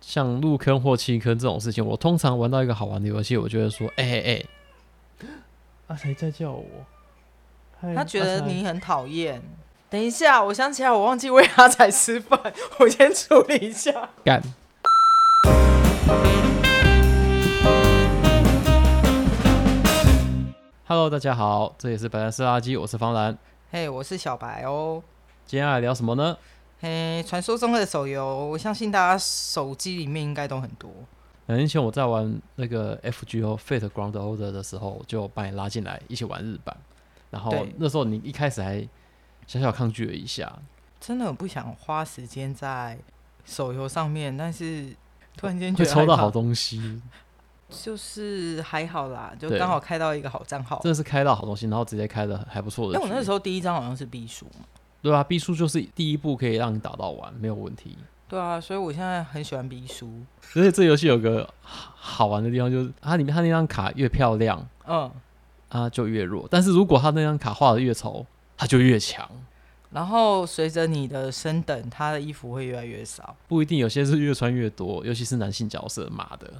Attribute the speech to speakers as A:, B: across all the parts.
A: 像入坑或弃坑这种事情，我通常玩到一个好玩的游戏，我就会说，哎哎哎，
B: 啊，谁在叫我？嗨
C: 嗯
B: 啊
C: 他觉
B: 阿
C: 得
B: 才
C: 你很讨厌。等一下，我想起来，我忘记喂阿仔吃饭，我先处理一 下。
A: 干，Hello，大家好，这里是白兰斯垃圾，我是方兰。
C: 嘿、我是小白哦。
A: 接下来聊什么呢？
C: 嘿、传说中的手游，我相信大家手机里面应该都很多。
A: 两年前我在玩那个 FGO Fate Ground Order 的时候，我就把你拉进来一起玩日版。然后
C: 对
A: 那时候你一开始还小小抗拒了一下，
C: 真的很不想花时间在手游上面，但是突然间觉
A: 会
C: 得
A: 抽到
C: 害怕
A: 好，东西，
C: 就是还好啦，就
A: 对
C: 刚好开到一个好账号。
A: 真的是开到好东西，然后直接开的还不错
C: 因
A: 的
C: 为
A: 局。
C: 哎我那时候第一张好像是 B 数嘛，
A: 对啊，B 书就是第一步可以让你打到完，没有问题。
C: 对啊，所以我现在很喜欢 B 数。
A: 而且这游戏有个好好玩的地方，就是它里面它那张卡越漂亮，
C: 嗯，
A: 它就越弱；但是如果它那张卡画的越丑，它就越强。
C: 然后随着你的升等，他的衣服会越来越少。
A: 不一定，有些是越穿越多，尤其是男性角色，妈的，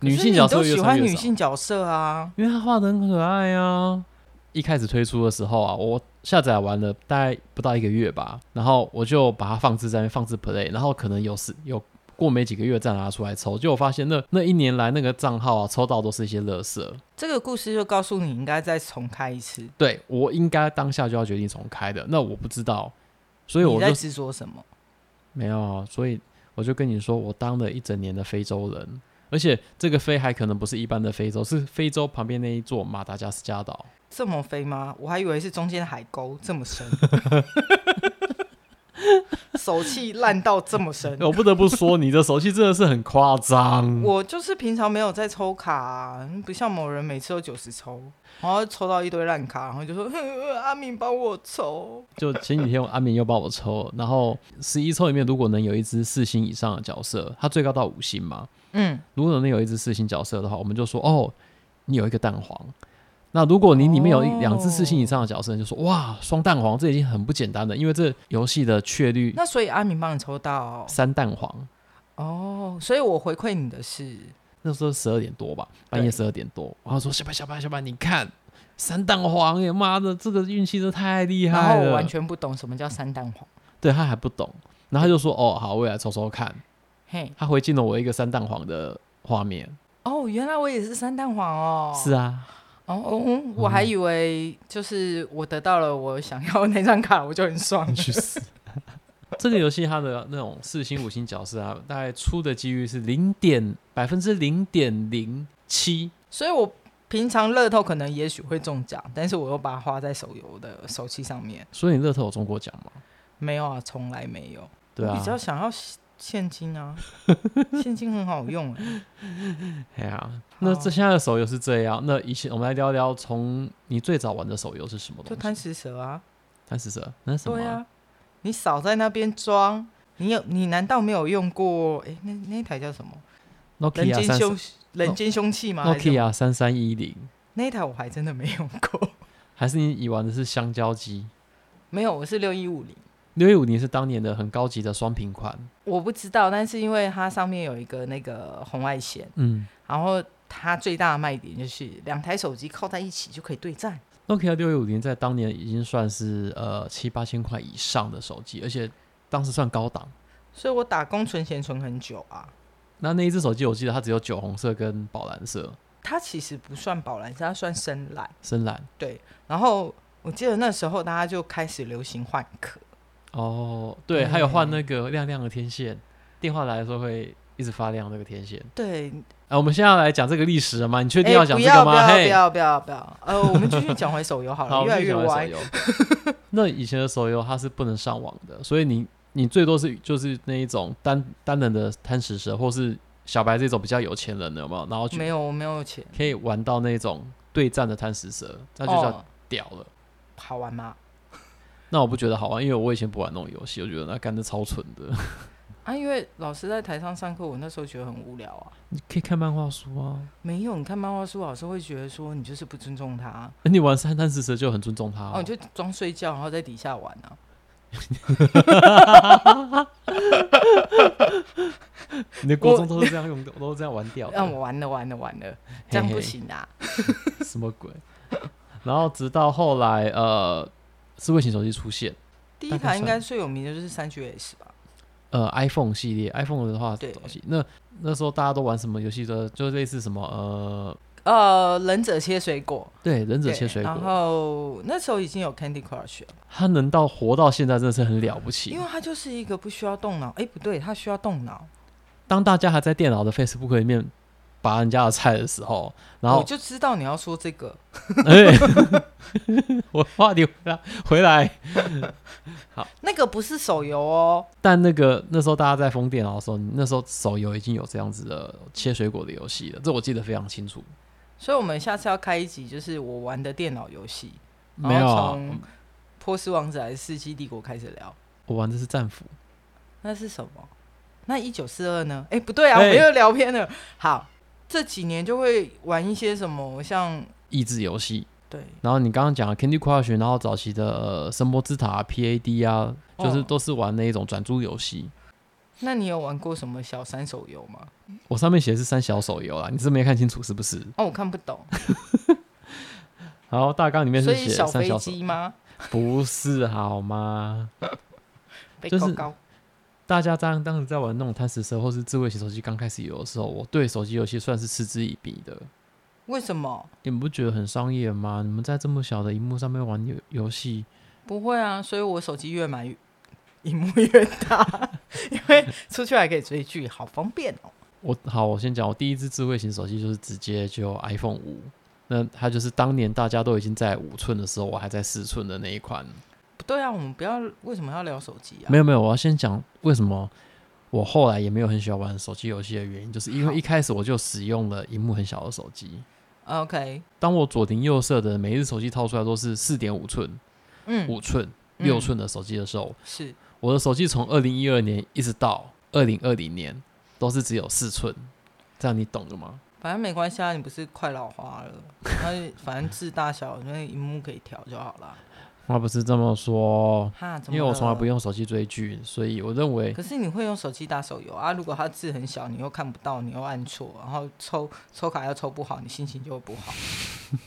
A: 女
C: 可是
A: 性
C: 你
A: 角色
C: 都
A: 越
C: 喜
A: 穿
C: 欢
A: 越
C: 女
A: 少，
C: 性角色啊，
A: 因为她画的很可爱啊。一开始推出的时候啊，我下载完了大概不到一个月吧，然后我就把它放置在那边放置 play，然后可能有时有过没几个月再拿出来抽，结果发现那那一年来那个账号啊抽到都是一些垃圾，
C: 这个故事就告诉你应该再重开一次。
A: 对我应该当下就要决定重开的，那我不知道，所以我
C: 你
A: 就
C: 在执着什么？
A: 没有啊，所以我就跟你说，我当了一整年的非洲人，而且这个非还可能不是一般的非洲，是非洲旁边那一座马达加斯加岛。
C: 这么飞吗？我还以为是中间海沟这么深，手气烂到这么深。
A: 我不得不说，你的手气真的是很夸张。
C: 我就是平常没有在抽卡、啊，不像某人每次都九十抽，然后抽到一堆烂卡，然后就说 哼阿敏帮我抽。
A: 就前几天我阿敏又帮我抽，然后十一抽里面如果能有一只四星以上的角色，它最高到五星嘛，
C: 嗯，
A: 如果能有一只四星角色的话，我们就说哦，你有一个蛋黄。那如果你里面有一
C: 哦
A: 两只四星以上的角色，你就说哇，双蛋黄，这已经很不简单了，因为这游戏的确率
C: 那所以阿敏帮你抽到
A: 三蛋黄。
C: 哦，所以我回馈你的是
A: 那时候十二点多吧，半夜十二点多，然后说小白小白小白，你看三蛋黄耶，妈的，这个运气真的太厉
C: 然后
A: 害
C: 我
A: 了
C: 完。全不懂什么叫三蛋黄。
A: 对他还不懂，然后他就说哦好，我也来抽抽看。
C: 嘿，
A: 他回敬了我一个三蛋黄的画面。
C: 哦，原来我也是三蛋黄哦。
A: 是啊，
C: 哦哦，嗯我还以为就是我得到了我想要的那张卡，我就很爽。
A: 去死。 这个游戏它的那种四星五星角色啊，大概出的几率是零点百分之零点零七，
C: 所以我平常乐透可能也许会中奖，但是我又把它花在手游的手气上面。
A: 所以你乐透有中过奖吗？
C: 没有啊，从来没有。
A: 对
C: 我
A: 啊
C: 比，较想要现现 金啊，现金很好用哎、
A: 哎呀、那这现在的手游是这样。那以前我们来聊聊，从你最早玩的手游是什么
C: 就
A: 东西？
C: 贪食蛇啊，
A: 贪食蛇，那是什么、
C: 对啊，你少在那边装，你有你难道没有用过？哎、那那一台叫什么？啊人
A: Nokia
C: 间
A: 三
C: 凶人间凶器吗？还是什么
A: Nokia 三三一零，
C: 那一台我还真的没用过，
A: 还是你以玩的是香蕉机？
C: 没有，我是六一五零。
A: 六一五零是当年的很高级的双屏款，
C: 我不知道，但是因为它上面有一个那个红外线，
A: 嗯
C: 然后它最大的卖点就是两台手机靠在一起就可以对战。
A: ，Nokia 六一五零在当年已经算是呃七八千块以上的手机，而且当时算高档。
C: 所以我打工存钱存很久啊。
A: 那那一只手机我记得它只有酒红色跟宝蓝色，
C: 它其实不算宝蓝，它算深蓝。
A: 深蓝。
C: 然后我记得那时候大家就开始流行换壳，
A: 哦，对，还有换那个亮亮的天线，电话来的时候会一直发亮那个天线。
C: 对，
A: 啊，我们现在要来讲这个历史了吗？你确
C: 哎，
A: 定要讲
C: 不
A: 这个
C: 要不
A: 吗？
C: 要
A: 嘿
C: 不，要不要不要，呃，我们继续讲回手游好了，
A: 好，
C: 越来越
A: 我
C: 歪。
A: 们继续讲回手游。那以前的手游它是不能上网的，所以你你最多是就是那一种单单人的贪食蛇，或是小白这种比较有钱人的，有没有？然后就
C: 没有，我没有钱，
A: 可以玩到那种对战的贪食蛇，那
C: 那
A: 就叫屌了。
C: 哦好玩吗？
A: 那我不觉得好玩，因为我以前不玩那种游戏，我觉得那干的超蠢的。
C: 啊，因为老师在台上上课，我那时候觉得很无聊啊。
A: 你可以看漫画书啊，
C: 没有，你看漫画书，老师会觉得说你就是不尊重他，
A: 你玩三贪食蛇就很尊重他、
C: 哦，你就装睡觉，然后在底下玩啊。
A: 你的国中都是这样用的，都是这样玩掉的。
C: 让我完了完了完了，这样不
A: 嘿嘿
C: 行啊！
A: 什么鬼？ 然后直到后来，呃，智慧型手机出现，
C: 第一
A: 大概
C: 台应
A: 算
C: 该最有名的就是三 GS 吧？
A: 呃，iPhone 系列，iPhone 的话，
C: 对
A: 东西那那时候大家都玩什么游戏的？就类似什么呃，
C: 呃，忍者切水果，
A: 对，忍者
C: 对
A: 切水
C: 然
A: 果，
C: 后那时候已经有 Candy Crush 了，
A: 他能到活到现在真的是很了不起
C: 因。为它就是一个不需要动脑，哎、不对，它需要动脑。
A: 当大家还在电脑的 Facebook 里面拔人家的菜的时候，然
C: 我
A: 后
C: 就知道你要说这个，
A: 哎， 我话题回来回来，
C: 那个不是手游哦，
A: 但那个那时候大家在封电脑的时候，那时候手游已经有这样子的切水果的游戏了，这我记得非常清
C: 哦
A: 楚。
C: 所以我们下次要开一集，就是我玩的电脑游戏，
A: 没有
C: 然
A: 啊
C: 后，从《波斯王子》还是《世纪帝国》开始聊，
A: 我玩的是战斧，
C: 那是什么？那一九四二呢？哎、不对啊，我
A: 哎
C: 们又聊偏了。好，这几年就会玩一些什么，像
A: 益智游戏。
C: 对，
A: 然后你刚刚讲的 Candy Crush，然后早期的、呃、神魔之塔、PAD 啊，就是
C: 哦
A: 都是玩那一种转租游戏。
C: 那你有玩过什么小三手游吗？
A: 我上面写的是三小手游啦，你是没看清楚是不是？
C: 哦，我看不懂，
A: 然后大纲里面
C: 所
A: 是
C: 以
A: 写
C: 小
A: 三
C: 飞
A: 小手，
C: 机吗？
A: 不是好吗？
C: 被
A: 就
C: 高
A: 是
C: 高，
A: 大家当当时在玩那种贪食蛇或是智慧型手机刚开始有的时候，我对手机游戏算是嗤之以鼻的。
C: 为什么？
A: 你们不觉得很商业吗？你们在这么小的荧幕上面玩游游戏，
C: 不会啊，所以我手机越买越屏幕越大， 因为出去还可以追剧，好方便哦。
A: 我好，我先讲，我第一只智慧型手机就是直接就 iPhone 五，那它就是当年大家都已经在五寸的时候，我还在四寸的那一款。
C: 不对啊，我们不要为什么要聊手机啊？
A: 没有
C: 有，
A: 没有，我要先讲为什么我后来也没有很喜欢玩手机游戏的原因，就是因
C: 好
A: 为一开始我就使用了荧幕很小的手机。
C: OK，
A: 当我左邻右舍的每日手机掏出来都是四点五寸、
C: 嗯，
A: 五寸、
C: 嗯
A: 六寸的手机的时候，
C: 是
A: 我的手机从二零一二年一直到二零二零年都是只有四寸，这样你懂了吗？
C: 反正没关系啊，你不是快老花了，那反正字大小那荧幕可以调就好了。
A: 话不是这么说，
C: 哈，怎
A: 因
C: 么
A: 为我从来不
C: 了。
A: 用手机追剧，所以我认为
C: 可是你会用手机打手游啊？如果它字很小，你又看不到，你又按错，然后抽抽卡又抽不好，你心情就会不 好。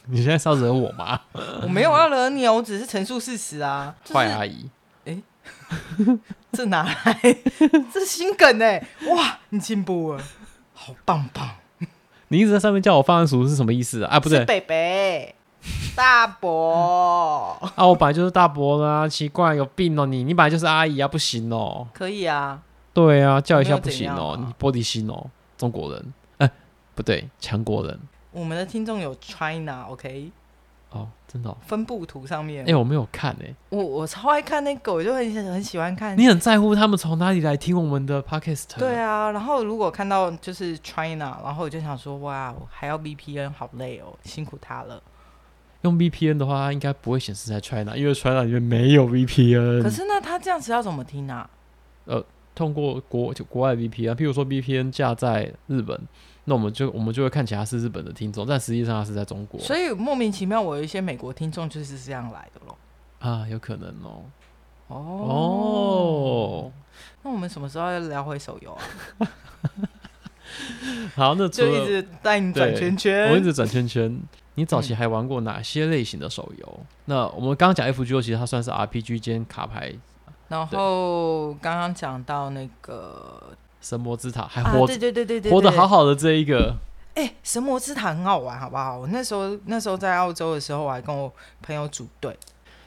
A: 你现在是要惹我吗？
C: 我没有要惹你哦，我只是陈述事实啊。就是
A: 坏阿姨，
C: 这哪来？ 这新梗哎、哇，你进步了，好棒棒！
A: 你一直在上面叫我方案鼠是什么意思啊啊？啊，不
C: 是
A: 对
C: 北北大伯，
A: 啊，我本来就是大伯啦、奇怪，有病哦你，你本来就是阿姨啊，不行哦、
C: 可以啊，
A: 对啊，叫一
C: 没
A: 下
C: 有
A: 不
C: 怎
A: 行
C: 样
A: 哦、
C: 啊
A: 你玻璃心哦、中国人，哎、不对，强国人
C: 我们的听众有 China OK
A: 哦，真的、哦，
C: 分布图上面，
A: 哎、我没有看哎、
C: 我我超爱看那个，我就很很喜欢看。
A: 你很在乎他们从哪里来听我们的 podcast？
C: 嗯对
A: 啊，
C: 啊，然后如果看到就是 China，然后我就想说，哇，还要 VPN，好累哦，辛苦他了。
A: 用 VPN 的话，它应该不会显示在 China，因为 China 里面没有 VPN。
C: 可是那他这样子要怎么听啊？
A: 通过国就国外的 VPN，譬如说 VPN 架在日本，那我们就我们就会看起来是日本的听众，但实际上它是在中国
C: 所以莫名其妙，我有一些美国听众就是这样来的咯。
A: 啊，有可能哦。
C: 哦
A: 哦，
C: 那我们什么时候要聊回手游 啊？
A: 好，那除
C: 就一
A: 了
C: 直带你转圈圈。
A: 我一直转圈圈，你早期还玩过哪些类型的手游？
C: 嗯
A: 那我们刚刚讲 FGO，其实它算是 RPG 兼卡牌。
C: 然后刚刚讲到那个
A: 神魔之塔还
C: 啊，
A: 哎活、
C: 对对对对对，
A: 活得
C: 对
A: 好。好的这一个，
C: 哎、神魔之塔很好玩，好不好？我那时候那时候在澳洲的时候，我还跟我朋友组队。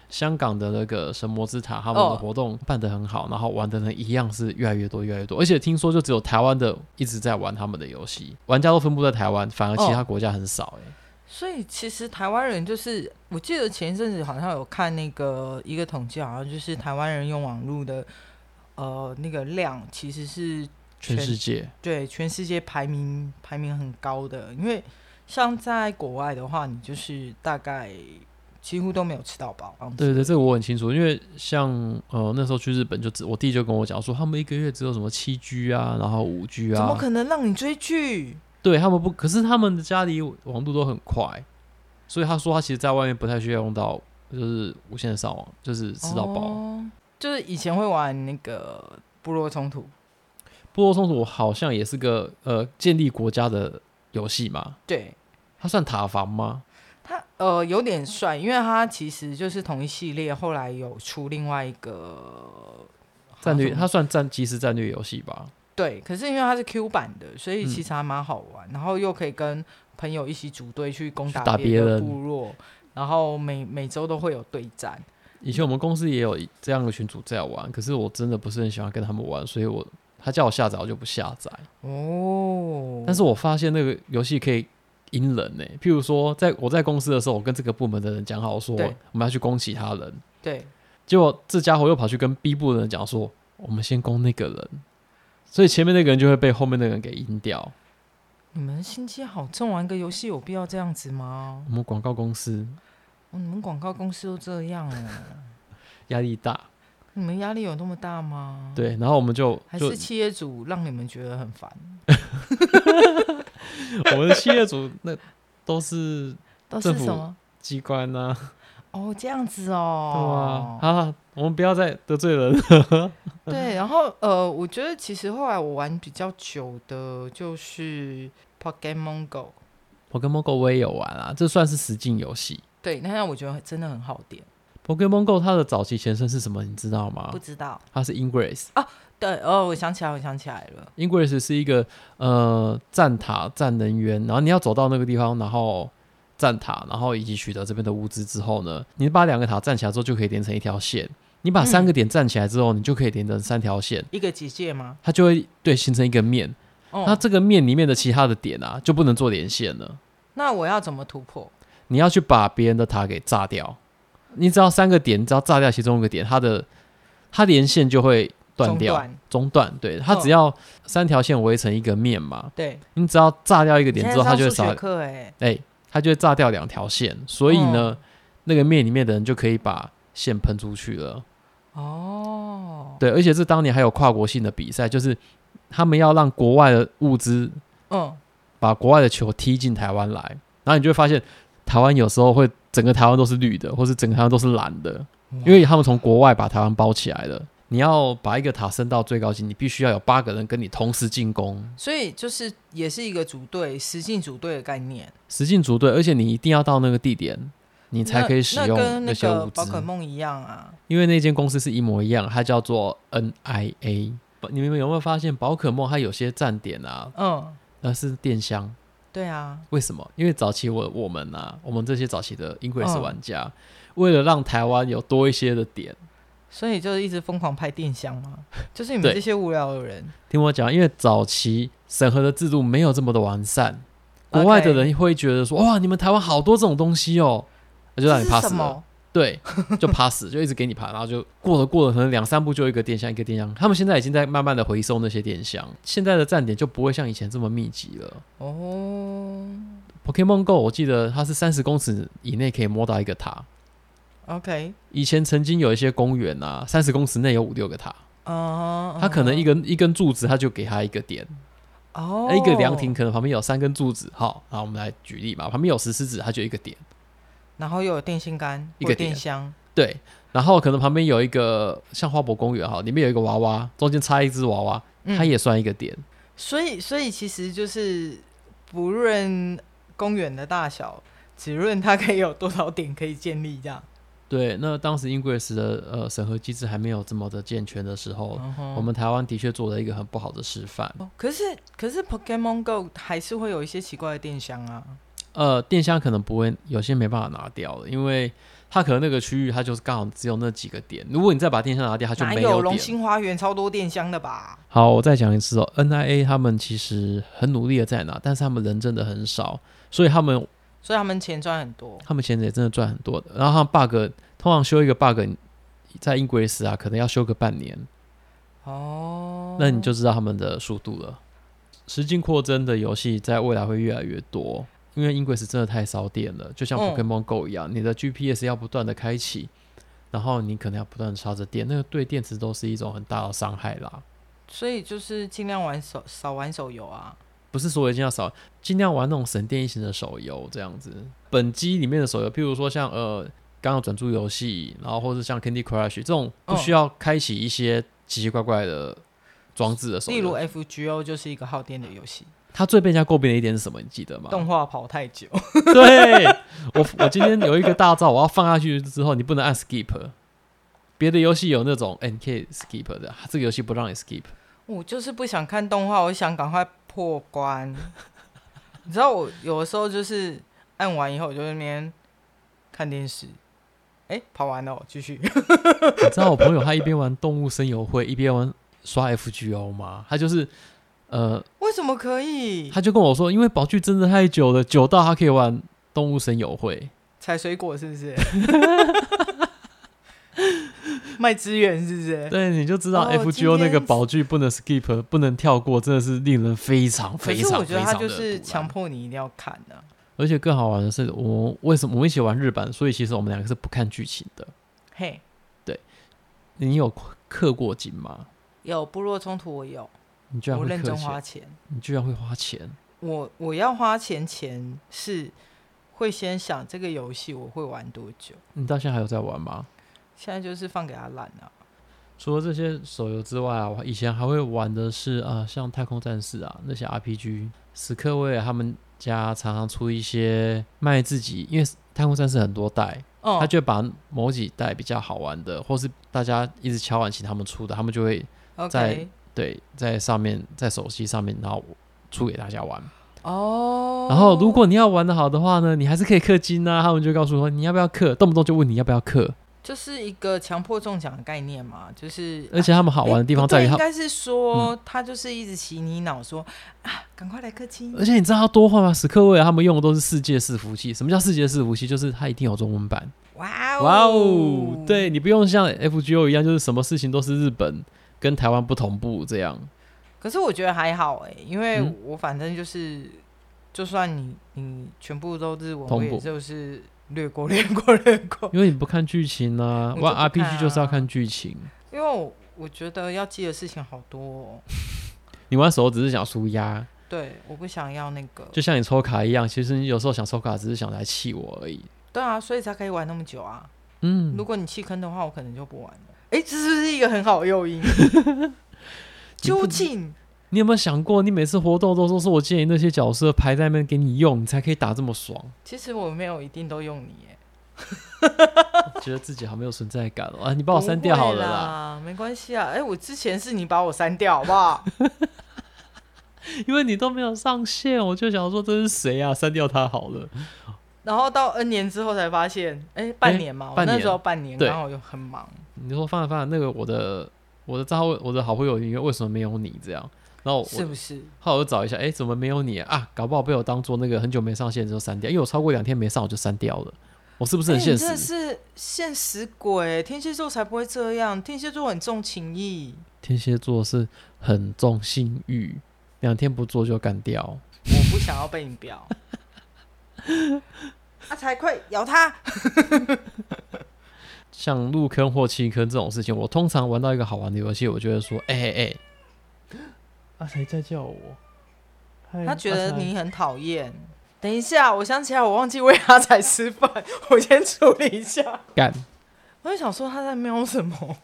A: 香港的那个神魔之塔，他们的
C: 哦
A: 活动办得很好，然后玩的人一样是越来越多越来越多，而且听说就只有台湾的一直在玩他们的游戏，玩家都分布在台湾，反而其他国家很少、
C: 哦
A: 欸。
C: 所以其实台湾人就是，我记得前一阵子好像有看那个一个统计，好像就是台湾人用网络的呃那个量其实是
A: 全世界
C: 对全世界排名排名很高的，因为像在国外的话，你就是大概几乎都没有吃到饱。
A: 对对，这个我很清楚，因为像呃那时候去日本就只我弟就跟我讲说，他们一个月只有什么七 G 啊，然后五 G
C: 怎么
A: 啊，
C: 可能让你追剧？
A: 对他们不，可是他们的家里网络都很快，所以他说他其实在外面不太需要用到就是无线上网，
C: 哦
A: 就是吃到饱。
C: 哦就是以前会玩那个部落冲突，
A: 部落冲突好像也是个呃建立国家的游戏嘛，
C: 对，
A: 它算塔防吗？
C: 它呃有点帅，因为它其实就是同一系列，后来有出另外一个
A: 战略，
C: 好像什么
A: 它算战即时战略游戏吧？
C: 对，可是因为它是 Q 版的，所以
A: 嗯
C: 其实还蛮好玩，然后又可以跟朋友一起组队去攻
A: 去打
C: 打
A: 别
C: 的
A: 人
C: 部落，然后每每周都会有对战。
A: 以前我们公司也有这样的群组在玩，可是我真的不是很喜欢跟他们玩，所以我他叫我下载我就不下载。
C: 哦，
A: 但是我发现那个游戏可以阴人呢、譬如说在我在公司的时候，我跟这个部门的人讲好说
C: 对
A: 我们要去攻其他人，
C: 对，
A: 结果这家伙又跑去跟 B 部的人讲说我们先攻那个人，所以前面那个人就会被后面那个人给阴掉。
C: 你们心机好重，玩个游戏有必要这样子吗？
A: 我们广告公司
C: 哦，你们广告公司都这样哦，
A: 压力大，
C: 你们压力有那么大吗？，
A: 对，然后我们就
C: 还
A: 就是
C: 企业主让你们觉得很烦，
A: 我们的企业主那都是
C: 都
A: 政
C: 是
A: 府
C: 什么？
A: 机关 呐、
C: 哦，这样子
A: 对
C: 哦
A: 啊，，啊，我们不要再得罪人。
C: 对，然后呃，我觉得其实后来我玩比较久的就是 Pokemon Go，
A: Pokemon Go 我也有玩啊，这算是实境游戏。
C: 对，那让我觉得真的很好点，
A: Pokemon Go 它的早期前身是什么，你知道吗
C: 不？知道，
A: 它是 Ingress。
C: 对，哦，我想起来，我想起来了，
A: Ingress 是一个呃站塔站能源，然后你要走到那个地方，然后站塔，然后以及取得这边的物资之后呢，你把两个塔站起来之后就可以连成一条线。你把
C: 嗯
A: 三个点站起来之后，你就可以连成三条线，
C: 一个结界吗？
A: 它就会对形成一个面。
C: 哦，
A: 那这个面里面的其他的点啊，就不能做连线了。
C: 那我要怎么突破？
A: 你要去把别人的塔给炸掉。你只要三个点，你只要炸掉其中一个点，它的它连线就会断
C: 中
A: 掉、
C: 断
A: 中断。对，它
C: 嗯
A: 只要三条线围成一个面嘛，
C: 对，
A: 你只要炸掉一个
C: 你
A: 点
C: 现
A: 之后，
C: 在
A: 它
C: 是
A: 就
C: 要
A: 会
C: 数
A: 少
C: 学，课哎，
A: 哎、它就会炸掉两条线。所以
C: 哦
A: 呢，那个面里面的人就可以把线喷出去了。
C: 哦，
A: 对，而且这当年还有跨国性的比赛，就是他们要让国外的物资
C: 嗯，
A: 把国外的球踢进台湾来，然后你就会发现，台湾有时候会整个台湾都是绿的，或是整个台湾都是蓝的，
C: 嗯
A: 因为他们从国外把台湾包起来了。你要把一个塔升到最高级，你必须要有八个人跟你同时进攻，
C: 所以就是也是一个组队，实境组队的概念，
A: 实进组队，而且你一定要到那个地点，你才可以使
C: 那
A: 用
C: 跟那
A: 些
C: 个
A: 物
C: 宝
A: 资。
C: 可梦一样啊，
A: 因为那间公司是一模一样，它叫做 NIA。你们有没有发现宝可梦它有些站点啊，
C: 嗯，
A: 那是电箱，
C: 对啊，
A: 为什么？因为早期我我们啊，我们这些早期的 Ingress
C: 嗯
A: 玩家，为了让台湾有多一些的点，
C: 所以就是一直疯狂拍电箱 嘛，就是你们
A: 对
C: 这些无聊的人。
A: 听我讲，因为早期审核的制度没有这么的完善，国外的
C: OK
A: 人会觉得说，哇，你们台湾好多这种东西哦，那就让
C: 这
A: 你
C: 是
A: pass
C: 什
A: 了，
C: 么？
A: 对，就 pass，就一直给你 pass，然后就过了过了，可能两三步就一个电箱一个电箱，他们现在已经在慢慢的回收那些电箱，现在的站点就不会像以前这么密集了。
C: 哦
A: Pokemon Go，我记得它是三十公尺以内可以摸到一个塔，
C: ，OK，
A: 以前曾经有一些公园啊，三十公尺内有五六个塔，
C: 嗯，
A: 它可能一根一根柱子，它就给它一个点，
C: 哦，
A: 一个凉亭，可能旁边有三根柱子，好，然后我们来举例嘛，旁边有石狮子，它就一个点，
C: 然后又有电线杆，
A: 一
C: 有
A: 个
C: 电
A: 点
C: 箱，
A: 对，然后可能旁边有一个像花博公园哈，里面有一个娃娃，中间插一只娃娃，它
C: 嗯，
A: 也算一个点，
C: 所以所以其实就是不论公园的大小，只论它可以有多少点可以建立这样。
A: 对，那当时 Ingress 的呃审核机制还没有这么的健全的时候，
C: 嗯哼
A: 哦我们台湾的确做了一个很不好的示范，
C: 哦可是可是 Pokemon Go 还是会有一些奇怪的电箱啊，
A: 呃，电箱可能不会，有些没办法拿掉了，因为它可能那个区域它就是刚好只有那几个点，如果你再把电箱拿掉，它就
C: 哪
A: 没
C: 有龙
A: 点。
C: 兴花园超多电箱的吧？
A: 好，我再讲一次哦，NIA 他们其实很努力的在拿，但是他们人真的很少，所以他们
C: 所以他们钱赚很多。
A: 他们钱也真的赚很多的。然后他们 bug 通常修一个 bug，在英国也是啊，可能要修个半年，
C: 哦，
A: 那你就知道他们的速度了。实境扩增的游戏在未来会越来越多，因为 Ingress 真的太烧电了，就像
C: 嗯
A: Pokemon Go 一样，你的 GPS 要不断的开启，然后你可能要不断的插着电，那个对电池都是一种很大的伤害啦。
C: 所以就是尽量玩手少玩手游啊。
A: 不是说一定要少，尽量玩那种省电一型的手游这样子。本机里面的手游，譬如说像呃，刚刚转注游戏，然后或是像 Candy Crush 这种不需要开启一些奇奇怪怪的装置的手
C: 哦例
A: 游。
C: 如 FGO 就是一个耗电的游戏，
A: 它最被人家诟病的一点是什么？你记得吗？
C: 动画跑太久，
A: 对我，我今天有一个大招，我要放下去之后，你不能按 skip。别的游戏有那种，哎、你可以 skip 的，它这个游戏不让你 skip。
C: 我就是不想看动画，我想赶快破关。 你知道我有的时候就是按完以后，我就在那边看电视，哎、跑完了哦，继续。
A: 你知道我朋友他一边玩《动物森友会》一边玩刷 FGO 吗？他就是，呃，
C: 为什么可以
A: 他就跟我说，因为宝具真的太久了，久到他可以玩《动物森友会
C: 采水果？是不是？ 卖资源是不》。是？
A: 对，你就知道
C: 哦
A: FGO 那
C: 今
A: 个
C: 天
A: 宝具不能 skip，不能跳过，真的是令人非常
C: 可
A: 非
C: 是
A: 常
C: 我
A: 非
C: 觉得他
A: 常
C: 就
A: 的
C: 是
A: 堵
C: 强
A: 然
C: 迫你一定要看啊的、
A: 而且更好玩的是，我们为什么我们一起玩日版，所以其实我们两个是不看剧情的。
C: 嘿，
A: 你有氪过金吗？
C: 有部落冲突，我有，
A: 你居然
C: 我
A: 啊会
C: 认
A: 氪
C: 真花
A: 钱，
C: 钱。
A: 你居然会花钱，
C: 我我要花钱前是会先想这个游戏我会玩多久，
A: 你到现在还有在玩吗？
C: 现在就是放给他懒啊。
A: 除了这些手游之外啊，我以前还会玩的是啊、呃像太空战士啊那些 RPG，史克威尔他们家常常出一些卖自己，因为太空战士很多代，
C: 嗯，
A: 他就会把某几代比较好玩的，或是大家一直敲碗请他们出的，他们就会
C: OK
A: 在对在上面在手机上面，然后出给大家玩。
C: 哦。
A: 然后如果你要玩的好的话呢，你还是可以氪金啊。他们就告诉我说你要不要氪，动不动就问你要不要氪。
C: 就是一个强迫中奖的概念嘛，就是啊
A: 而且他们好玩的地方在于
C: 诶不
A: 他嗯
C: 对应，该是说、他就是一直洗你脑说啊，赶快来氪金。
A: 而且你知道他多坏吗？史克威尔他们用的都是世界伺服器。什么叫世界伺服器？就是它一定有中文版。
C: 哇哦，
A: 哇哦，，对你不用像 FGO 一样，就是什么事情都是日本跟台湾不同步这样。
C: 可是我觉得还好哎、因为
A: 嗯
C: 我反正就是，就算你你全部都日文，
A: 同步
C: 我也就是略过略过略 过，
A: 因为你不看剧情啊，
C: 我就
A: 玩
C: 不看
A: RPG 就是要
C: 啊
A: 看剧情。
C: 因为我我觉得要记的事情好多、哦，
A: 你玩手游只是想输压，
C: 对，我不想要那个，
A: 就像你抽卡一样，其实你有时候想抽卡只是想来气我而已。
C: 对啊，所以才可以玩那么久啊。
A: 嗯，
C: 如果你弃坑的话，我可能就不玩了。哎、这是不是一个很好 的诱因？究竟
A: 你有没有想过，你每次活动都说是我借你那些角色排在那边给你用，你才可以打这么爽？
C: 其实我没有一定都用你耶，
A: 觉得自己好没有存在感哦！啊，你把我删掉好了
C: 不会
A: 啦，
C: 啦，没关系啊。哎、我之前是你把我删掉，好不好？
A: 因为你都没有上线，我就想说这是谁啊？删掉他好了。
C: 然后到 N 年之后才发现，哎、半年嘛，我
A: 半
C: 那
A: 年
C: 时候半年
A: 对
C: 刚好又很忙，
A: 你说放了放了，那个我的我的账号我的好朋友里面为什么没有你这样？然哦后我
C: 是不是？
A: 后来我就找一下，哎、怎么没有你啊啊？搞不好被我当做那个很久没上线之后删掉，因为我超过两天没上我就删掉了。我是不是很
C: 哎
A: 现
C: 你真的
A: 实？
C: 是现实鬼，天蝎座才不会这样，天蝎座很重情义。
A: 天蝎座是很重信誉，两天不做就干掉。
C: 我不想要 被你表。阿才快咬他！
A: 像入坑或弃坑这种事情，我通常玩到一个好玩的游戏，我就会说，哎、哎哎、
B: 啊，谁在叫我？嗨
A: 嗯
C: 他觉
B: 阿
C: 得
B: 才
A: 啊
C: 你很讨厌。等一下，我想起来，我忘记喂阿才吃饭， 我先处理一下。
A: 干，
C: 我就想说他在喵什么？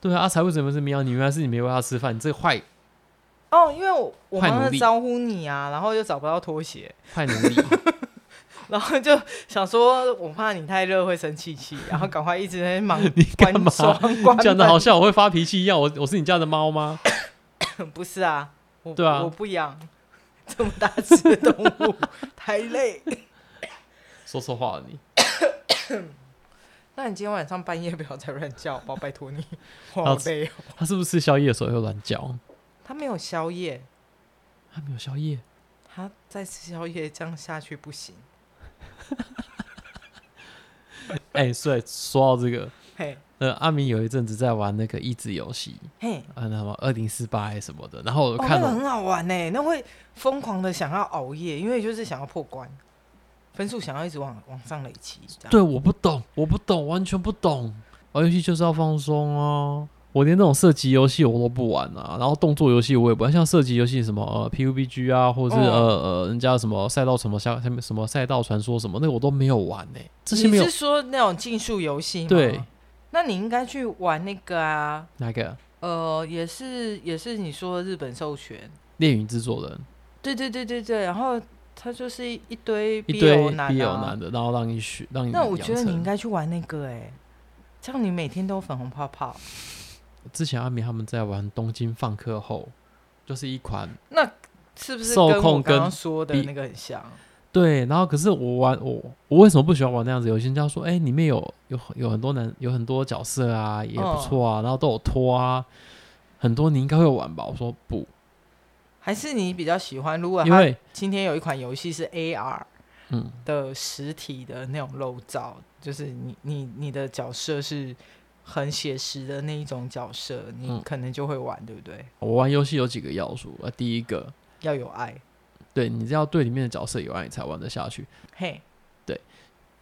A: 对啊，阿才为什么是喵？你原来是你没喂它吃饭，你这个坏
C: 哦，因为我我
A: 坏
C: 忙
A: 奴
C: 着
A: 隶
C: 招呼你啊，然后又找不到拖鞋，
A: 坏奴 隶。
C: 然后就想说我怕你太热会生气气，然后赶快一直在忙
A: 你
C: 关
A: 干嘛
C: 窗关
A: 讲的
C: 门
A: 好像我会发脾气一样，我我是你家的猫吗？
C: 不是啊，我
A: 对啊
C: 我不养这么大只的动物，太累。
A: 说错话了你。
C: 那你今天晚上半夜不要再乱叫，好不好？拜托你，我
A: 好
C: 好累哦。
A: 它是不是吃宵夜的时候又乱叫？
C: 他没有宵夜，
A: 它没有宵夜，
C: 他再吃宵夜这样下去不行。
A: 哎、所以说到这个，
C: 嘿，
A: 呃，阿明有一阵子在玩那个益智游戏，
C: 嘿，
A: 啊，那什么二零四八什么的，然后我
C: 哦，
A: 就
C: 那
A: 看
C: 个
A: 了，
C: 很好玩呢，那会疯狂的想要熬夜，因为就是想要破关，分数想要一直往往上累积。这样，
A: 对，我不懂，我不懂，完全不懂。玩游戏就是要放松啊！我连那种射击游戏我都不玩啊，然后动作游戏我也不玩，像射击游戏什么呃 PUBG 啊，或者是、
C: 哦
A: 呃呃人家什么赛道什么下下面什么赛道传说什么，那个我都没有玩呢、这些没
C: 你
A: 有
C: 是说那种竞速游戏吗？
A: 对，
C: 那你应该去玩那个啊，
A: 哪个？
C: 呃，也是也是你说的日本授权，
A: 猎云制作人
C: 对对对对对，然后它就是一堆
A: 一堆
C: BL 男、啊、
A: BL 男的，然后让你学，让你
C: 那我觉得
A: 养
C: 你
A: 成
C: 应该去玩那个哎、这样你每天都粉红泡泡。
A: 之前阿米他们在玩东京放课后，就是一款
C: 那是不是
A: 受
C: 跟我
A: 控
C: 刚
A: 跟
C: 刚说的
A: 比
C: 那个很像？
A: 对，然后可是我玩我我为什么不喜欢玩那样子游戏？人家说，哎、里面有有有很多男有很多角色啊，也不
C: 嗯
A: 错啊，然后都有拖啊，很多你应该会玩吧？我说不，
C: 还是你比较喜欢？如果
A: 因
C: 他
A: 为
C: 今天有一款游戏是 AR
A: 嗯，
C: 的实体的那种漏照，就是你你你的角色是很写实的那一种角色，你
A: 嗯
C: 可能就会玩，对不对？
A: 我玩游戏有几个要素，呃，第一个，
C: 要有爱，
A: 对，你要对里面的角色有爱，你才玩得下去。
C: 嘿，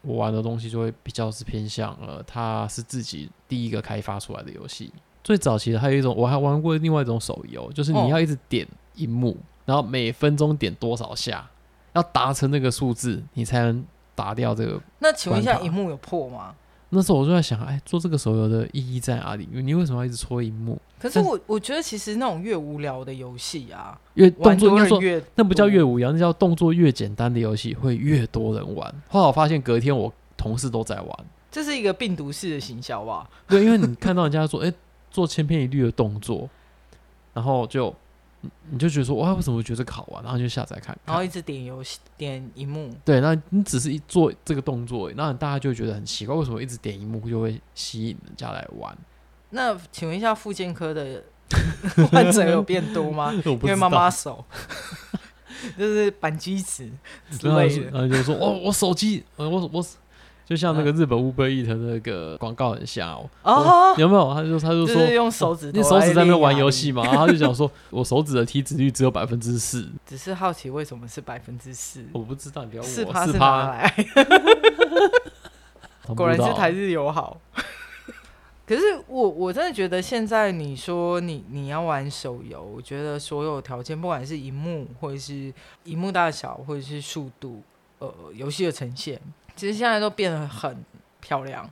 A: 我玩的东西就会比较是偏向呃，它是自己第一个开发出来的游戏。最早期的还有一种，我还玩过另外一种手游，就是
C: 哦
A: 你要一直点荧幕，然后每分钟点多少下，要达成那个数字，你才能打掉这个。
C: 那请问一下，
A: 关卡
C: 荧幕有破吗？
A: 那时候我就在想，哎，做这个手游的意义在哪里？你为什么要一直戳荧幕？
C: 可是
A: 但是
C: 我我觉得其实那种越无聊的游戏啊，
A: 因为动
C: 玩
A: 作应
C: 多
A: 该
C: 人
A: 说
C: 越
A: 那不叫越无聊，那叫动作越简单的游戏会越多人玩。后来我发现隔天我同事都在玩，
C: 这是一个病毒式的行销啊吧？
A: 对，因为你看到人家说，哎、做千篇一律的动作，然后就你你就觉得说，哇，为什么我觉得这个好玩？然后就下载看
C: 然后
A: 看
C: 一。直点游戏点荧幕，
A: 对，那你只是一做这个动作而已，那大家就会觉得很奇怪，为什么一直点荧幕就会吸引人家来玩？
C: 那请问一下，复健科的 患者有变多吗？
A: 我不
C: 因为
A: 知
C: 妈
A: 道。
C: 妈手， 就是扳机子之
A: 然后
C: 类
A: 就
C: 的
A: 然。后就说，哦，我手机，呃我我就像那个日本 Uber Eat 的那个广告很像哦，
C: 哦，
A: 有没有？他就他就
C: 就
A: 说，
C: 是用手指，
A: 你手指在那边
C: 啊
A: 玩游戏，嘛，然后他就讲说，我手指的体脂率只有百分之四，
C: 只是好奇为什么是百分之四，
A: 我不知道，你不要问
C: 四
A: 我，
C: 趴
A: 四
C: 是哪
A: 趴，
C: 来？
A: 我不
C: 果然
A: 知
C: 是
A: 道
C: 台日友好。 可是我我真的觉得现在你说你你要玩手游，我觉得所有条件，不管是荧幕或者是荧幕大小，或者是速度，呃，游戏的呈现，其实现在都变得很漂亮。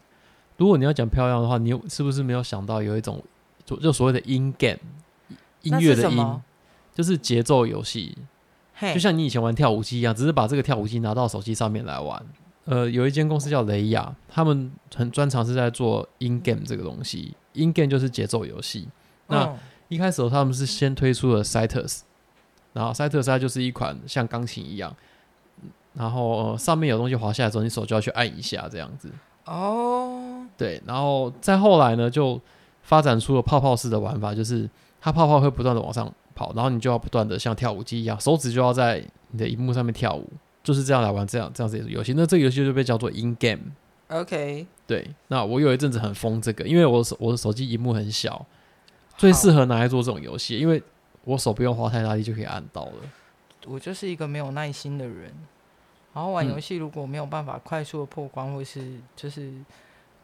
A: 如果你要讲漂亮的话，你有是不是没有想到有一种就就所谓的音 game 音
C: 那
A: 乐的
C: 是什
A: 音
C: 么，哎
A: 就是节奏游戏，
C: 嘿
A: 就，像你以前玩跳舞机一样，只是把这个跳舞机拿到手机上面来玩。呃，有一间公司叫雷亚，他们很专长是在做音 game 这个东西。音 game 就是节奏游戏。那
C: 嗯
A: 一开始他们是先推出了 Citus，然后 Citus 它就是一款像钢琴一样，然后、呃上面有东西滑下来之后，你手就要去按一下这样子。
C: 哦，
A: 对，然后再后来呢，就发展出了泡泡式的玩法，就是它泡泡会不断的往上跑，然后你就要不断的像跳舞机一样，手指就要在你的荧幕上面跳舞，就是这样来玩这样这样子的游戏。那这个游戏就被叫做 in game。
C: OK，
A: 对，那我有一阵子很疯这个，因为我手我的手机荧幕很小，最适
C: 好。
A: 合拿来做这种游戏，因为我手不用花太大力就可以按到了。
C: 我就是一个没有耐心的人，然后玩
A: 嗯
C: 游戏如果没有办法快速的破关，或是就是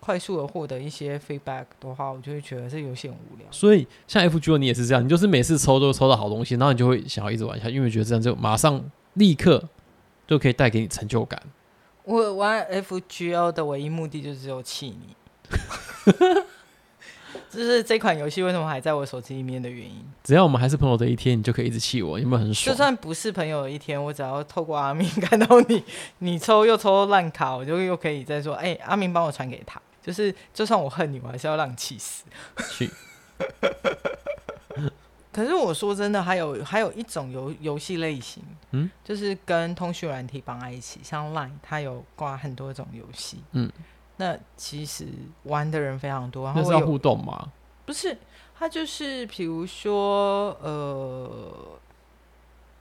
C: 快速的获得一些 feedback 的话，我就会觉得这游戏很无聊。
A: 所以像 F G O 你也是这样，你就是每次抽都抽到好东西，然后你就会想要一直玩下去，因为觉得这样就马上立刻就可以带给你成就感。
C: 我玩 FGO 的唯一目的就只有气你， 这是这款游戏为什么还在我手机里面的原因。
A: 只要我们还是朋友的一天，你就可以一直气我，有没有很
C: 就
A: 爽？
C: 算不是朋友的一天，我只要透过阿明 看到你，你抽又抽烂卡，我就又可以再说，哎、阿明帮我传给他。就是就算我恨你，我还是要让你气死。
A: 去，
C: 可是我说真的，还有还有一种游游戏类型，
A: 嗯，
C: 就是跟通讯软体绑在一起，像 Line，它有挂很多种游戏，
A: 嗯，
C: 那其实玩的人非常 多，然后
A: 那是
C: 我
A: 要
C: 有
A: 互动嘛？
C: 不是它就是比如说呃，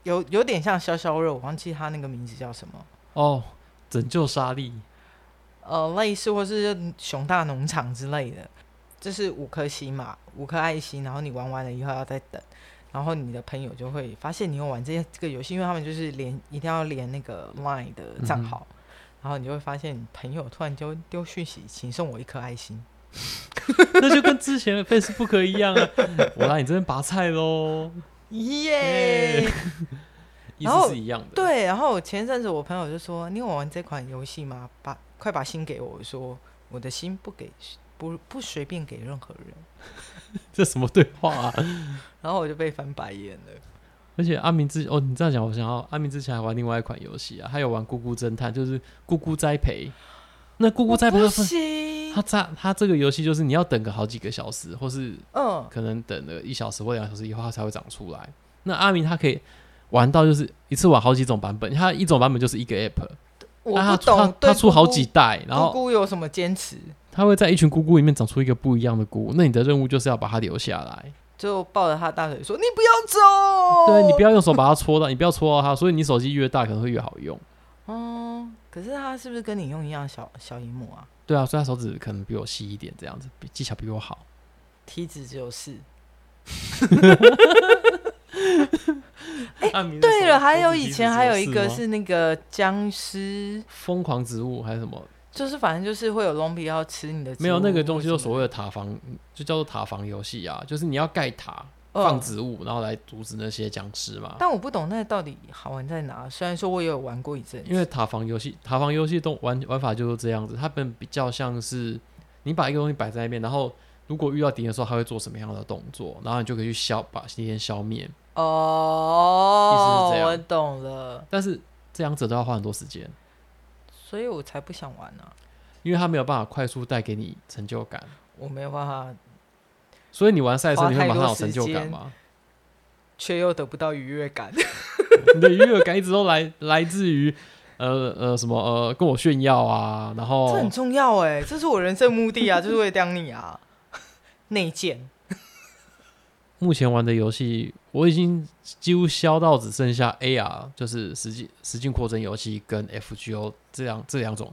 C: 有有点像消消肉，我忘记它那个名字叫什么，
A: 哦，拯救沙莉，
C: 呃，类似或是熊大农场之类的，就是五颗星嘛，五颗爱心，然后你玩完了以后要再等，然后你的朋友就会发现你有玩这些这个游戏，因为他们就是连一定要连那个 LINE 的账
A: 嗯哼
C: 号，然后你就会发现你朋友突然就丢讯息，请送我一颗爱心。
A: 那就跟之前的 Facebook 一样啊！ 我来你这边拔菜喽，
C: 耶、
A: 耶意
C: 然
A: 思
C: 后
A: 是一样的。，
C: 对，然后我前阵子我朋友就说：“你有玩这款游戏吗？把快把心给我。”我说：“我的心不给，不不随便给任何人。”
A: 这什么对话啊？
C: 然后我就被翻白眼了。
A: 而且阿明之哦，你这样讲，我想到阿明之前还玩另外一款游戏啊，他有玩《咕咕侦探》，就是咕咕栽培。那咕咕栽培
C: 不
A: 就是
C: 行
A: 他，在他这个游戏就是你要等个好几个小时，或是
C: 嗯，
A: 可能等了一小时或两小时以后它才会长出来。那阿明他可以玩到就是一次玩好几种版本，他一种版本就是一个 app，
C: 我
A: 啊那他
C: 不懂
A: 他，
C: 对
A: 他出好
C: 姑
A: 几代，然
C: 姑
A: 后
C: 姑有什么坚持？
A: 他会在一群咕咕里面长出一个不一样的咕。那你的任务就是要把它留下来，
C: 就抱着他大腿说：“你不要走。”
A: 对你不要用手把它戳到，你不要戳到它，所以你手机越大可能会越好用。
C: 哦，可是他是不是跟你用一样小小荧幕啊？
A: 对啊，所以他手指可能比我细一点，这样子比技巧比我好。
C: 体脂只有四。
A: 阿明的手
C: 哎对了，还有
A: 手指其
C: 以
A: 实
C: 前
A: 只
C: 还有一
A: 四
C: 个
A: 吗
C: 是那个僵尸，
A: 疯狂植物还是什么？
C: 就是反正就是会有龙皮要吃你的植物。
A: 没有那个东西，就所谓
C: 的
A: 的塔防，就叫做塔防游戏啊，就是你要盖塔放啊植物，然后来阻止那些僵尸嘛。
C: 但我不懂那嗯到底好玩在哪。虽然说我也有玩过一阵子，
A: 因为塔防游戏，塔防游戏都玩玩法就是这样子，它们比较像是你把一个东西摆在那边，然后如果遇到敌人的时候，他会做什么样的动作，然后你就可以去消把敌人消灭。
C: 哦
A: 意思是，这样
C: 我懂了，
A: 但是这两者都要花很多时间，
C: 所以我才不想玩呢、啊。
A: 因为它没有办法快速带给你成就感，
C: 我没有办法，
A: 所以你玩赛车
C: 花
A: 你会
C: 太
A: 马上
C: 多
A: 有成
C: 时
A: 就感
C: 间
A: 吗？
C: 却又得不到愉悦 感。
A: 你的愉悦感一直都来来自于呃呃什么呃跟我炫耀啊，然后
C: 这很重要哎，这是我人生目的啊， 就是为了当你啊。内建
A: 目前玩的游戏，我已经几乎消到只剩下 AR，就是实际实境扩增游戏跟 FGO 这样这两种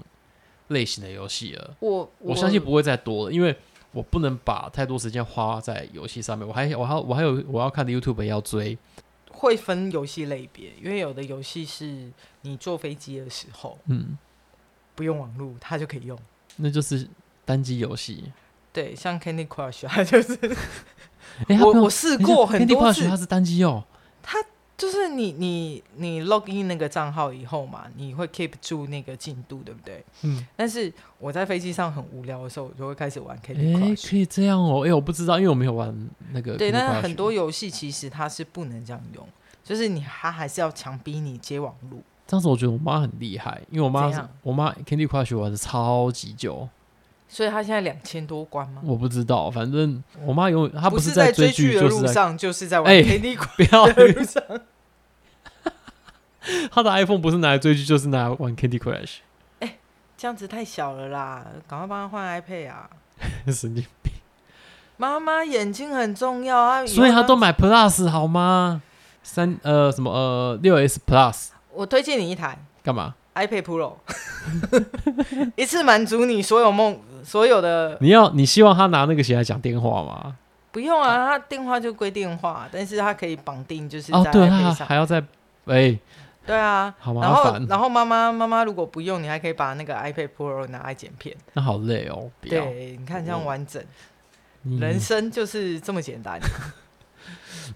A: 类型的游戏了。
C: 我
A: 我相信不会再多了，因为我不能把太多时间花在游戏上面。我还我还我还有我要看的 YouTube 要追，
C: 会分游戏类别，因为有的游戏是你坐飞机的时候
A: 嗯，
C: 不用网络，它就可以用。
A: 那就是单机游戏。
C: 对，像 Candy Crush 啊，就是
A: 哎、它不
C: 我
A: 用
C: 我试过很
A: 等一下 Candy
C: 多
A: Crush 它
C: 次，
A: 是单机哦，
C: 就是你你你 log in 那个账号以后嘛，你会 keep 住那个进度，对不对？
A: 嗯，
C: 但是我在飞机上很无聊的时候，我就会开始玩
A: 哎、
C: Candy Crush。
A: 可以这样哦，哎、我不知道，因为我没有玩那个 Candy Crush。
C: 对，但是很多游戏其实它是不能这样用，就是你它还是要强逼你接网路。
A: 这样子我觉得我妈很厉害，因为我妈
C: 怎
A: 是
C: 样
A: 我妈 Candy Crush 玩的超级久，
C: 所以它现在两千多关吗？
A: 我不知道，反正我妈永远她
C: 不
A: 嗯是
C: 是
A: 在追
C: 追
A: 剧，
C: 的
A: 就
C: 路
A: 是在
C: 上，就是在玩
A: 哎
C: Candy Crush
A: 不要
C: 的路上。
A: 她的 iPhone 不是拿来追剧，就是拿来玩 Candy Crush，
C: 这样子太小了啦，赶快帮他换 iPad 啊！
A: 神经病，
C: 妈妈眼睛很重要啊，
A: 所以
C: 他
A: 她都买 Plus 好吗？三呃什么呃六 S Plus
C: 我推荐你一台
A: 干嘛？
C: iPad Pro，一 次满足你所有梦，所有的
A: 你要你希望她拿那个起来讲电话吗？
C: 不用啊，它电话就归电话，但是它可以绑定，就是在
A: 哦，对，她
C: iPad
A: 还
C: 上。
A: 还要再哎、
C: 对啊，
A: 好
C: 然
A: 麻
C: 后
A: 烦，
C: 然后妈妈妈妈如果不用，你还可以把那个 iPad Pro 拿来剪片。
A: 那好累哦，不要，嗯
C: 对，你看这样完整，
A: 你
C: 人生就是这么简单。
A: 嗯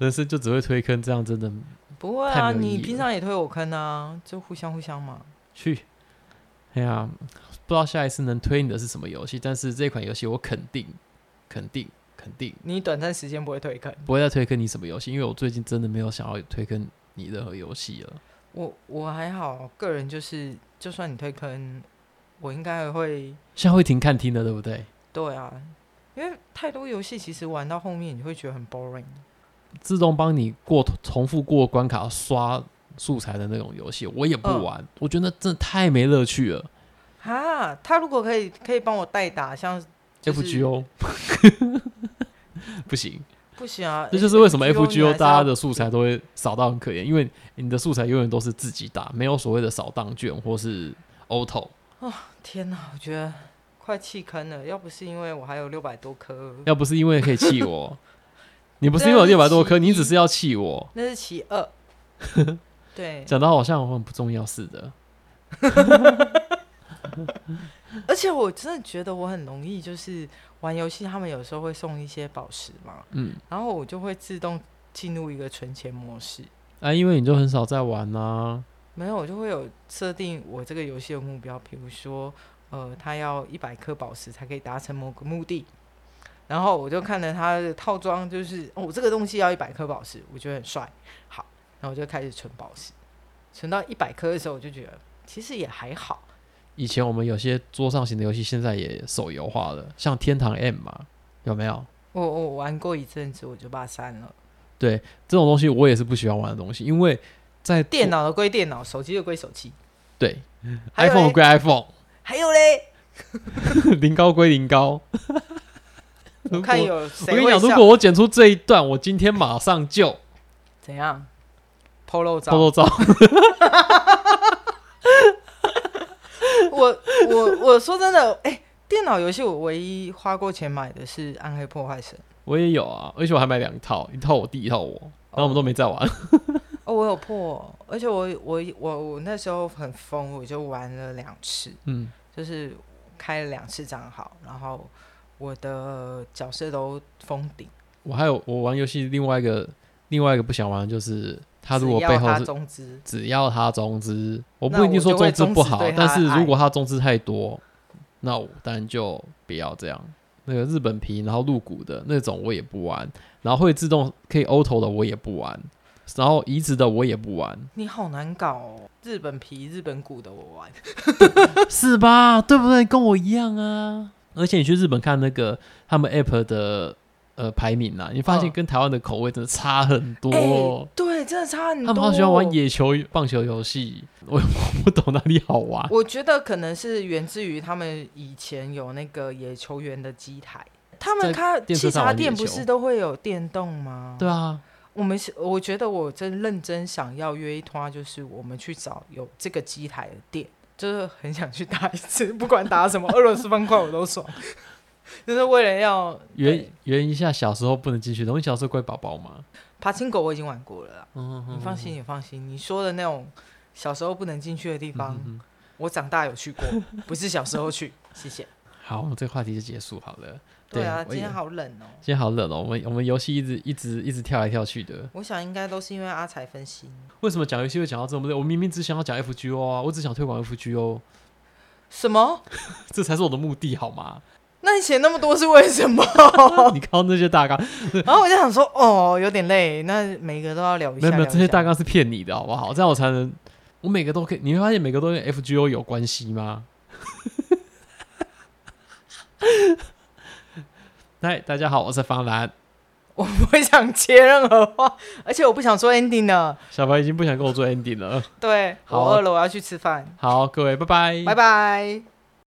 A: 人生就只会推坑，这样真的
C: 不会
A: 太
C: 啊，
A: 没有意义
C: 你
A: 了
C: 平常也推我坑啊，就互相互相嘛。
A: 去。哎呀，不知道下一次能推你的是什么游戏，但是这款游戏我肯定、肯定、肯定
C: 你短暂时间不会退坑，
A: 不会再推坑你什么游戏，因为我最近真的没有想要推坑你任何游戏了。
C: 我我还好，个人就是，就算你退坑，我应该会
A: 现在会停看听的，对不对？
C: 对啊，因为太多游戏其实玩到后面你会觉得很 boring。
A: 自动帮你过重复过关卡刷素材的那种游戏，我也不
C: 嗯
A: 玩，我觉得那真的太没乐趣了。
C: 哈，他如果可以可以帮我代打，像、就是、
A: FGO 不行，
C: 不行啊，
A: 这就是为什么 FGO 大家的
C: 的
A: 素材都会少到很可怜，因为你的素材永远都是自己打，没有所谓的扫荡卷或是 auto。
C: 天哪，我觉得快弃坑了。要不是因为我还有六百多颗，
A: 要不是因为可以气 我，你不是因为有六百多颗，你只是要气我，
C: 那是其二。对，啊
A: 讲的好像我很不重要似的。
C: 而且我真的觉得我很容易，就是玩游戏，他们有时候会送一些宝石嘛，
A: 嗯，
C: 然后我就会自动进入一个存钱模式。
A: 啊，因为你就很少在玩啊呐、
C: 没有，我就会有设定我这个游戏的目标，比如说，呃，它要一百颗宝石才可以达成某个目的，然后我就看了它的套装，就是哦，这个东西要一百颗宝石，我觉得很帅。好，然后我就开始存宝石，存到一百颗的时候，我就觉得其实也还好。
A: 以前我们有些桌上型的游戏，现在也手游化了，像《天堂 M》嘛，有没有？
C: 我我玩过一阵子，我就把它删了。
A: 对，这种东西我也是不喜欢玩的东西，因为在
C: 电脑的归电脑，手机的归手机。
A: 对
C: 还有嘞
A: ，iPhone 归 iPhone，
C: 还有嘞，
A: 零高归零高。
C: 我
A: 如
C: 看
A: 果
C: 有
A: 我跟
C: 谁
A: 你
C: 会
A: 讲，如
C: 上
A: 果我剪出这一段，我今天马上就
C: 怎样？polo 照
A: 偷，偷照。
C: 我我我说真的，哎、电脑游戏我唯一花过钱买的是《暗黑破坏神》，
A: 我也有啊，而且我还买两套，一套我弟，一套我，然后我们都没在玩。
C: 哦，我有破，而且我我我我那时候很疯，我就玩了两次，
A: 嗯，
C: 就是开了两次账号，然后我的角色都封顶。
A: 我还有我玩游戏另外一个另外一个不想玩的就是，他如果
C: 只要
A: 背后
C: 他
A: 是
C: 中资，
A: 只要他中资，我
C: 那
A: 不一定
C: 我
A: 说
C: 就会
A: 中资不好
C: 终止，对他
A: 但是
C: 的爱
A: 如果他中资太多，那我当然就不要这样。那个日本皮，然后入股的那种我也不玩，然后会自动可以 auto 的我也不玩，然后移植的我也不玩，
C: 你好难搞哦！日本皮、日本股的我玩，
A: 是吧？对不对？跟我一样啊。而且你去日本看那个他们 app 的呃排名啊，你发现
C: 嗯
A: 跟台湾的口味真的差很多。
C: 哎、对，真的差很多。
A: 他们好喜欢玩野球棒球游戏， 我我不懂哪里好 玩。
C: 我觉得可能是源自于他们以前有那个野球员的机台，他
A: 在
C: 们开
A: 电
C: 汽
A: 车上
C: 茶
A: 玩野
C: 店不
A: 球
C: 是都会有电动吗？
A: 对啊，
C: 我们是，我觉得我真认真想要约一趟，就是我们去找有这个机台的店，就是很想去打一次，不管打什么俄罗斯方块我都爽， 就是为了要
A: 圆圆一下小时候不能进去的，我小时候乖宝宝嘛。
C: 爬青狗，我已经玩过了啦。
A: 嗯
C: 你放心，你放心，你说的那种小时候不能进去的地方，
A: 嗯
C: 我长大有去过，不是小时候去。谢谢。
A: 好，我们这个话题就结束好了。
C: 对啊，
A: 我
C: 今
A: 也
C: 天好冷哦。
A: 今天好冷哦，我们我们游戏一直一直一直跳来跳去的。
C: 我想应该都是因为阿才分心，
A: 为什么讲游戏会讲到这么累？我明明只想要讲 FGO 啊，我只想推广 FGO，
C: 什么？
A: 这才是我的目的好吗？
C: 那你写那么多是为 什么？
A: 你看到那些大纲，
C: 然后我就想说，哦，有点累，那每个都要聊一
A: 没
C: 下。
A: 有没有，
C: 聊一
A: 这些
C: 下
A: 大纲是骗你的好不好？这样我才能，我每个都可以，你会发现每个都跟 FGO 有关系吗？ 嗨，大家好，我是方兰。
C: 我不会想接任何话，而且我不想说 ending 了。
A: 小白已经不想跟我做 ending 了。
C: 对，
A: 好啊嗯
C: 我饿了，我要去吃饭，
A: 好，各位，拜拜，
C: 拜拜。